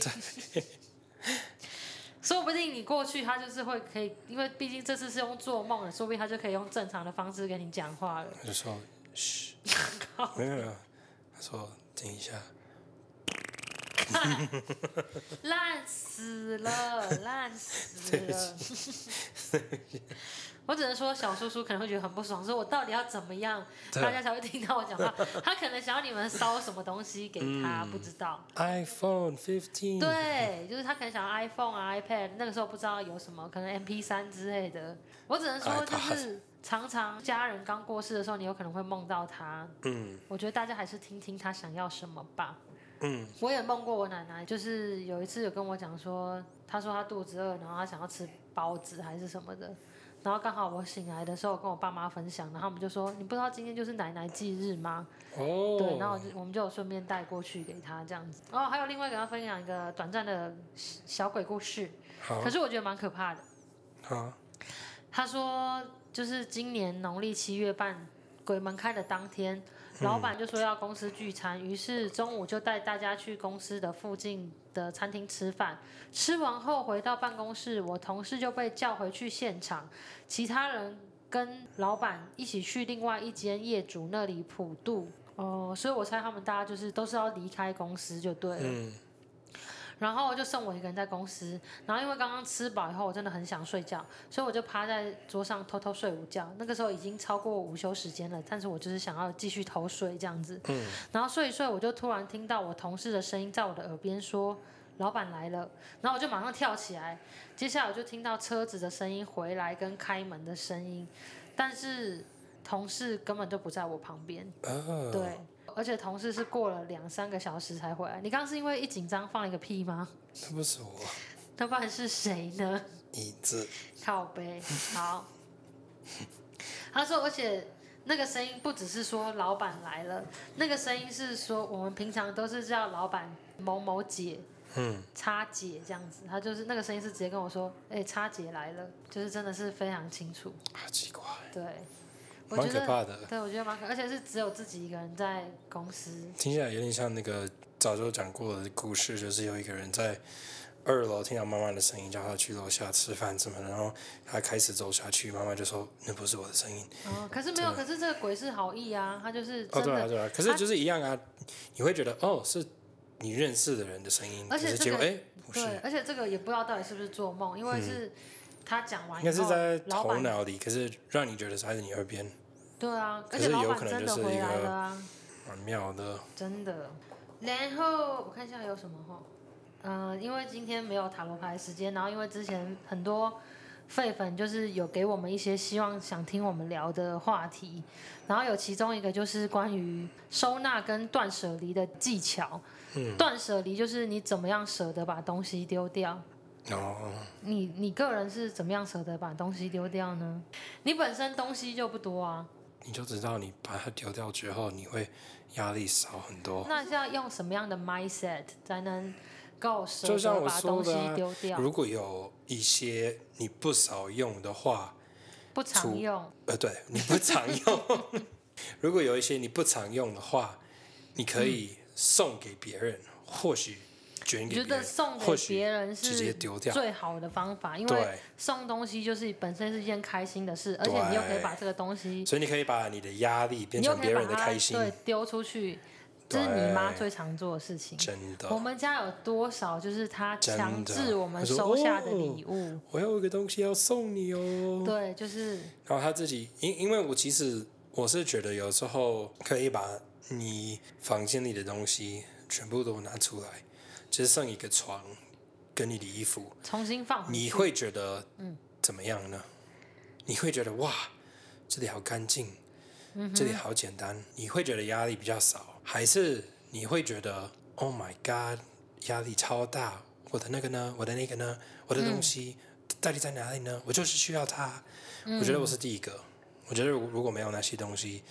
说不定你过去他就是会可以，因为毕竟这次是用做梦的，说不定他就可以用正常的方式跟你讲话了。
他就说嘘， 没有没有，他说等一下，
烂死了，烂死了！我只能说，小叔叔可能会觉得很不爽，说我到底要怎么样，
对
大家才会听到我讲话？他可能想要你们烧什么东西给他，不知道。
iPhone fifteen，
对，就是他可能想要 iPhone 啊、iPad，那个时候不知道有什么，可能 MP 三之类的。我只能
哎
说，就是常常家人刚过世的时候，你有可能会梦到他。
嗯
我觉得大家还是听听他想要什么吧。
嗯，
我也梦过我奶奶，就是有一次有跟我讲说，她说她肚子饿，然后她想要吃包子还是什么的，然后刚好我醒来的时候跟我爸妈分享，然后他们就说你不知道今天就是奶奶忌日吗？
哦，
对，然后我就我们就有顺便带过去给她这样子。哦，还有另外给她分享一个短暂的小小鬼故事，
好
可是我觉得蛮可怕的。
好，
他说，就是今年农历七月半，鬼门开的当天，
嗯
老板就说要公司聚餐，于是中午就带大家去公司的附近的餐厅吃饭。吃完后回到办公室，我同事就被叫回去现场，其他人跟老板一起去另外一间业主那里普渡。哦、所以我猜他们大家就是都是要离开公司就对了。
嗯
然后就剩我一个人在公司。然后因为刚刚吃饱以后，我真的很想睡觉，所以我就趴在桌上偷偷睡午觉。那个时候已经超过午休时间了，但是我就是想要继续偷睡这样子。
嗯
然后睡一睡，我就突然听到我同事的声音在我的耳边说。老板来了，然后我就马上跳起来。接下来我就听到车子的声音回来跟开门的声音，但是同事根本就不在我旁边。
哦，
对，而且同事是过了两三个小时才回来。你刚刚是因为一紧张放了一个屁吗？
那不是我，
那不然是谁呢？
椅子，
靠背，好。他说，而且那个声音不只是说老板来了，那个声音是说我们平常都是叫老板某某姐、
嗯，
叉姐这样子，他就是那个声音是直接跟我说，哎、叉姐来了，就是真的是非常清楚。
好奇怪，
对，我
蛮
觉
可
得，
怕的，
对我觉得蛮可，而且是只有自己一个人在公司。
听起来有点像那个早就讲过的故事，就是有一个人在。二楼听到妈妈的声音，叫他去楼下吃饭什么的，然后他开始走下去，妈妈就说：“那不是我的声音。
哦，可是没有，可是这个鬼是好意啊，他就是”
哦，
真
对
的
啊，对啊，可是就是一样啊，你会觉得哦，是你认识的人的声音，
而
可
且
是
这
结果
个
哎，不是
对，而且这个也不知道到底是不是做梦，因为是他讲完
应
以
该是
后，
在
老
头
板
脑里，可是让你觉得是在你耳边，
对啊，
可
而
是
且老
有
板
可能
真
就
的
是
回
一
来
个
了啊，
蛮妙的。
真的。然后我看一下有什么哈，呃，因为今天没有塔罗牌时间，然后因为之前很多废粉就是有给我们一些希望想听我们聊的话题，然后有其中一个就是关于收纳跟断舍离的技巧。
嗯
断舍离就是你怎么样舍得把东西丢掉。
然后
你你个人是怎么样舍得把东西丢掉呢？你本身东西就不多啊，
你就知道你把它丢掉之后，你会压力少很多。
那是要用什么样的 mindset 才能够舍
就像
得
我
把东
说
西
的啊
丢掉？
如果有一些你不少用的话，
不常
除
用，
呃， 对，你不常用。 如果有一些你不常用的话，你可以送给别人，或许捐
嗯你
给
觉
别
得
人，
送给
或许
别人
直接
是
丢掉。
最好的方法，因为
对，
送东西就是本身是一件开心的事，而且你又可以把这个东西，
所以你可以把你的压力变
你又
成
可
别
以把
人的
它
开心，
对丢出去，这是你妈
对
最常做的事情。
真
我
的。
们家有多少就是她
真
强
的
制我们
她说
收下的
哦
礼物？
我有一个东西要送你哦。
对，就是
然后他自己，因因为我其实我是觉得有时候可以把你房间里的东西全部都拿出来，只剩一个床跟你的衣服，
重新放回去。
你会觉得怎么样呢？你会觉得哇，这里好干净，这里好简单，你会觉得压力比较少，还是你会觉得 Oh my God，压力超大，我的那个呢，我的那个呢，我的东西、到底在哪里呢？我就是需要它。我觉得我是第一个，我觉得如如果没有那些东西。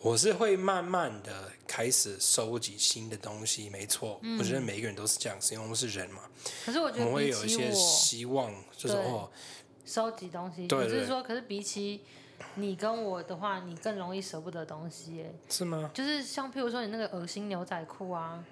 我是会慢慢的开始收集新的东西，没错，我觉得每一个人都是这样子，因为我们是人嘛，
可是我觉
我们
得
会
比
有一
起
些
我
希望，就是
对
哦，
收集东西，
对
你是
对
说，可是比起你跟我的话，你更容易舍不得东西耶。
是吗？
就是像譬如说你那个恶心牛仔裤啊，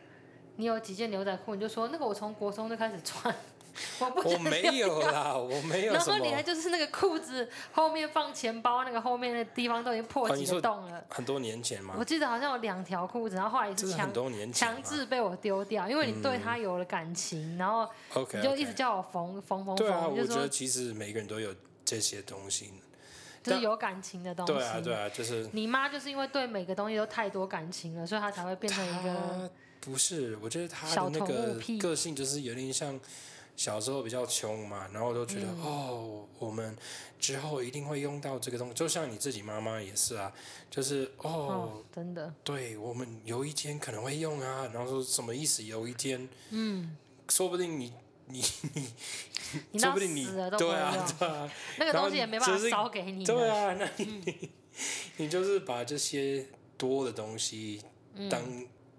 你有几件牛仔裤，你就说那个我从国中就开始穿， 我不
我
想
没有啦，我没有
啊然
什
后你还
么。
就是那个裤子后面放钱包那个后面的地方都已经破
哦
几
你
个
说
洞了。
很多年前嘛
我，记得好像有两条裤子，然后后来也
这
是
是
强
很多年前
强
嘛。
制被我丢掉，因为你对他有了感情，然后
OK，
你就一直
OK。
叫我缝缝缝
对啊，
缝，
我
就
觉
说
得其实每个人都有这些东西。
就是
但
有感情的东西。
对啊，对啊，就是
你妈就是因为对每个东西都太多感情了，所以她才会变成一个
他不是，我觉得他
小
的那
宠物
个
癖
个性就是有点像小时候比较穷嘛，然后都觉得、
嗯
哦，我们之后一定会用到这个东西，就像你自己妈妈也是啊，就是哦
哦，真的，
对我们有一天可能会用啊，然后说什么意思？有一天，嗯，说不定你你你，
你
说
到
不定你
死了都不
对
会
啊
用，
对啊
那个
然后
东西也没办
就
法
是
烧给你呢。
对啊，那你、你就是把这些多的东西当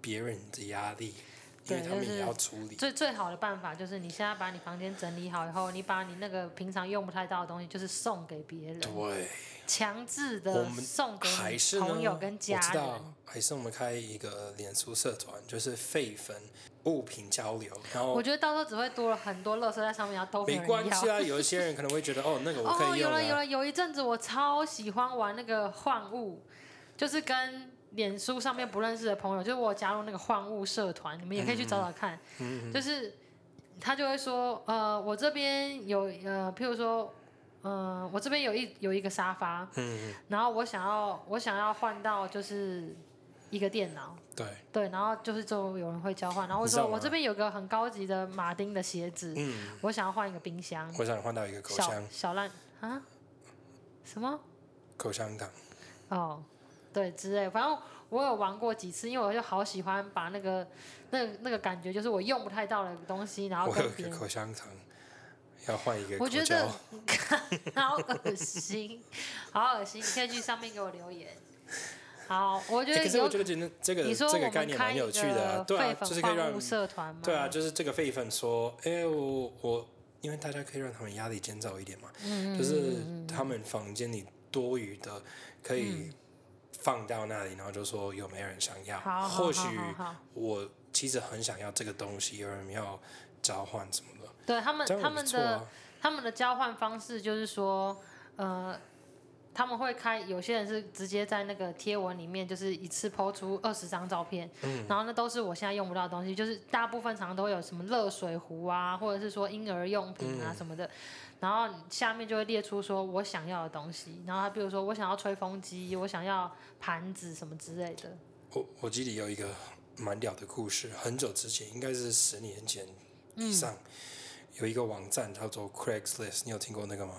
别人的压力，因
嗯对
为他们
就是
也要处理。
最最好的办法就是你现在把你房间整理好以后，你把你那个平常用不太到的东西，就是送给别人，
对，
强制
我
的
们
送给
还
你
是呢，
朋友跟家
我知
人。
道，还是我们开一个脸书社团，就是废粉物品交流，然后
我觉得到时候只会多了很多垃圾在上面，然后都没
没
有人
关
要
系。啊，有一些人可能会觉得哦，那个我
哦，
可以
有
用啊，
了有了，有一阵子我超喜欢玩那个换物，就是跟脸书上面不认识的朋友，就是我加入那个换物社团，你们也可以去找找看，
嗯
就是他就会说，呃，我这边有呃，譬如说。嗯，我这边有一有一个沙发，
嗯，
然后我想要我想要换到就是一个电脑，
对，
对，然后就是就有人会交换，然后我
你知道
说我
吗
这边有个很高级的马丁的鞋子，
嗯，
我想要换一个冰箱，
我想换到一个口
小
香
小烂啊？什么？
口香糖，
哦，对，之类，反正我有玩过几次，因为我就好喜欢把那个那个那个感觉，就是我用不太到的东西，然后
我有
跟
一
别
个
人，
口香糖，要换一个
我
口
觉
胶
得。好恶心，好恶心，你可以去上面给我留言。好，我觉
欸
得
可是我
有。
觉得觉得这个
你说
这
我
个概
们
念
开
蛮
一
有趣的啊、
个
对啊，
废
就是
粉
可以
换物
让
社团嘛？
对啊，，就是这个废粉说，哎、我我因为大家可以让他们压力减少一点嘛，
嗯
就是他们房间里多余的可
嗯
以放到那里，然后就说有没有人想要，
好，好
或许
好好好
我其实很想要这个东西，有人要交换什么的，
对他们
这样
他
也不
们
错
的
啊。
他们的交换方式就是说，呃，他们会开，有些人是直接在那个贴文里面，就是一次抛出二十张照片，
嗯
然后那都是我现在用不到的东西，就是大部分常都会有什么热水壶啊，或者是说婴儿用品
嗯
啊什么的，然后下面就会列出说我想要的东西，然后他比如说我想要吹风机，我想要盘子什么之类的，
我我记得有一个蛮屌的故事，很久之前，应该是十年前以上，有一个网站叫做 Craigslist，你有听过那个吗？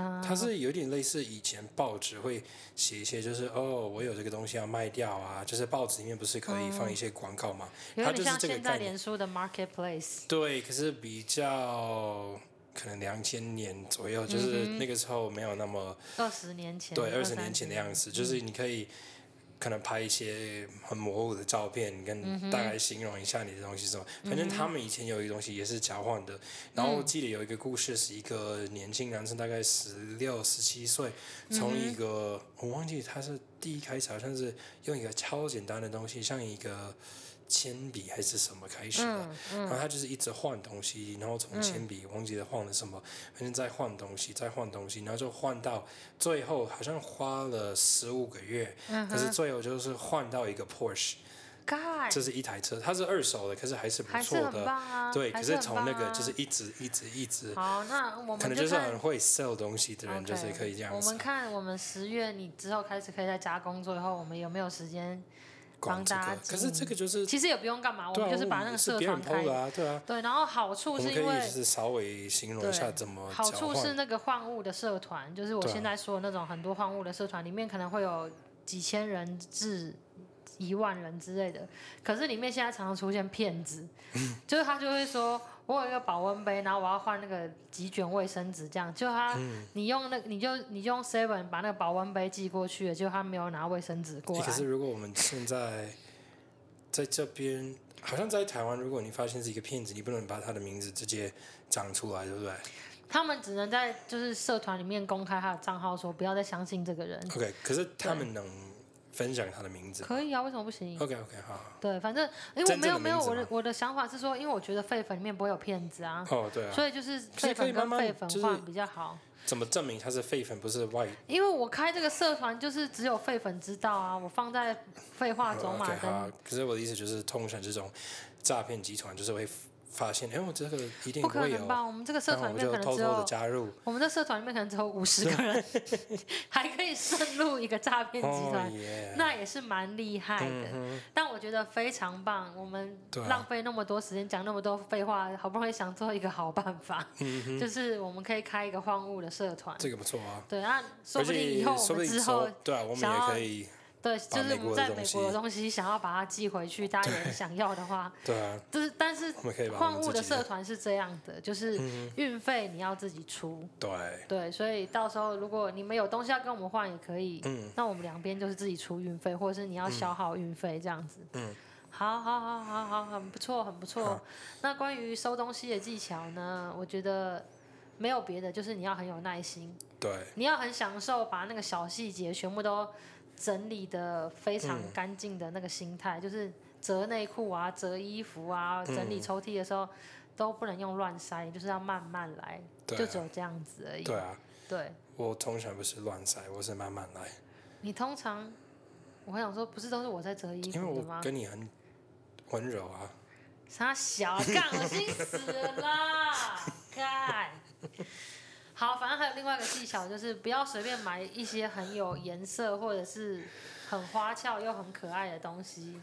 嗯、
它是有点类似以前报纸会写一些，就是哦，我有这个东西要卖掉啊，就是报纸里面不是可以放一些广告吗？
有
它就
点
是
像
这个
现在
概念。
脸书的 marketplace，
对，可是比较可能两千年左右，就是那个时候没有那么、
二十年前，
对，二十
30
年嗯前的样子，就是你可以可能拍一些很模糊的照片，跟大概形容一下你的东西是什么。反正他们以前有一个东西也是交换的，然后我记得有一个故事是一个年轻男生，大概十六、十七岁，从一个我忘记他是第一开始好像是用一个超简单的东西，像一个。铅笔还是什么开始的，然后他就是一直换东西，然后从铅笔忘记了换了什么，反正再换东西，再换东西，然后就换到最后好像花了十五个月，
嗯
可是最后就是换到一个 Porsche，
God，
这是一台车，它是二手的，可是还是不
还是
错
很
的。
棒啊，
对，可
还
是
很
从那
棒
个
啊
就是一直一直一直，
好，那我们
可能就是
看
很会 sell 东西的人，就是可以
OK，
这样
我
子啊
们看我们十月你之后开始可以在家工作以后，我们有没有时间？
管这
帮大
个
家。
可是这个就是
其实也不用干嘛，我
对啊，
们就是把那
我
个
是
社
别人
房开
PO 的啊，对啊，
对，然后好
我
处
们
是
可
因
以就
为
是稍微形容一下怎么
好
呃交
处是
换。
那个换物的社团，就是我
对啊
现在说的那种很多换物的社团，里面可能会有几千人至一万人之类的。可是里面现在常常出现骗 子，就是他就会说。我有一个保温杯，然后我要换那个几卷卫生纸，这样就他，
嗯
你用那你就你就用 seven 把那个保温杯寄过去了，结果他没有拿卫生纸过
欸
来
可。是如果我们现在在这边，好像在台湾，如果你发现是一个骗子，你不能把他的名字直接讲出来，对不对
他们只能在就是社团里面公开他的账号，说不要再相信这个人。
？OK，可是他们能分享他的名字吗
可以啊，为什么不行？
？OK OK，好好。
对，反正因为我
真正的
没有没有
名字
我的
吗
我的想法是说，因为我觉得废粉里面不会有骗子啊，
哦，对啊，
所以就是废
可以
粉
慢
跟
慢
废粉
就是
换比较好。
怎么证明他是废粉不是外？
因为我开这个社团就是只有废粉知道啊，我放在废话走
o
马
k 好啊
灯，。
可是我的意思就是，通常这种诈骗集团就是会发现，哎，我这个一定
不可
会有，
能吧？我们这个社
然后
团
我
里
们
面
就
可能
偷偷
只
的
有
加入。
我们这社团里面可能只有五十个 人，还可以渗入一个诈骗集
哦
团。
耶！
那也是蛮厉害的，但我觉得非常棒。我们
嗯对啊
浪费那么多时间讲那么多废话，好不容易想做一个好办法，就是我们可以开一个荒芜的社团。
嗯这个不错啊，
对，那说
而
不定
且
以后我
说不
们
定
之后
说，对啊，我们
想
也
要
可以，
对，就是我们在美
美国
国
的
的东西想要把它寄回去，大家也想要的话，
对啊，
就是但是
我们可以把我
荒
们
芜
自
的
己的嗯
社团是这样的，就是运费你要自己出。
对。
对，所以到时候如果你们有东西要跟我们换，也可以。
嗯
那我们两边就是自己出运费，或者是你要消耗运费这样子。
嗯。
好好好好好，很不错，很不错。那关于收东西的技巧呢？我觉得没有别的，就是你要很有耐心，
对，
你要很享受把那个小细节全部都整理的非常
嗯
干净的那个心态，就是折内裤啊、折衣服啊、整
嗯
理抽屉的时候、都不能用乱塞，就是要慢慢来，
对
就
啊
只有这样子而已。
对啊，
对
我通常不是乱塞，我是慢慢来，
你通常，我很想说，不是都是我在折衣
因为
服的
我
吗？
跟你很温柔啊。
傻小啊，干，恶心死了 啦！干。好，反正还有另外一个技巧，就是不要随便买一些很有颜色或者是很花俏又很可爱的东西。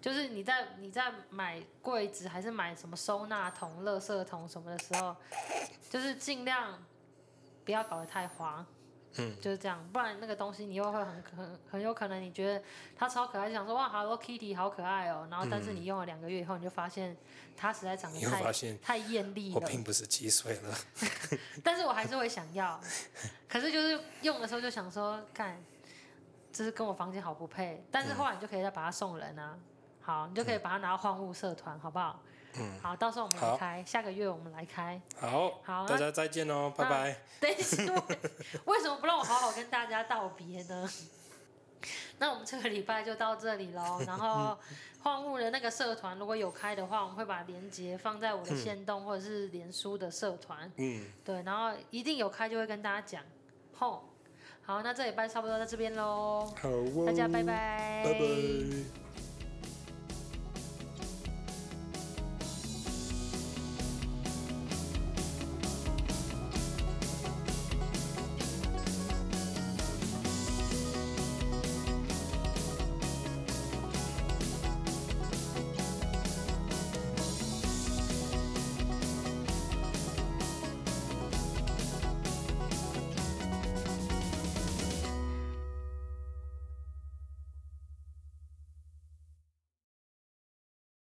就是你在你在买柜子还是买什么收纳桶、垃圾桶什么的时候，就是尽量不要搞得太花。
嗯，
就是这样，不然那个东西你又会很可很很有可能你觉得它超可爱，就想说哇 Hello Kitty 好可爱哦，然后但是你用了两个月以后，你就发现它实在长得
嗯你会
太
发现
太艳丽
我
了，
并不是七岁 了，
但是我还是会想要，啊可是就是用的时候就想说，看，这是跟我房间好不配，但是后来你就可以再把它送人啊，好，你就可以把它拿到换物社团，好不好？嗯，好，到时候我们
好
来开，下个月我们来开。
好，
好那
大家再见哦，拜
那
拜。
等一下， 为什么不让我好好跟大家道别呢？ 那我们这个礼拜就到这里喽。然后荒木的那个社团如果有开的话，我们会把链接放在我的线动或者是脸书的社团。
嗯，
对，然后一定有开就会跟大家讲。吼，
好，那这礼拜差不多到这边喽，
好、哦，
哦大家拜拜，
拜拜。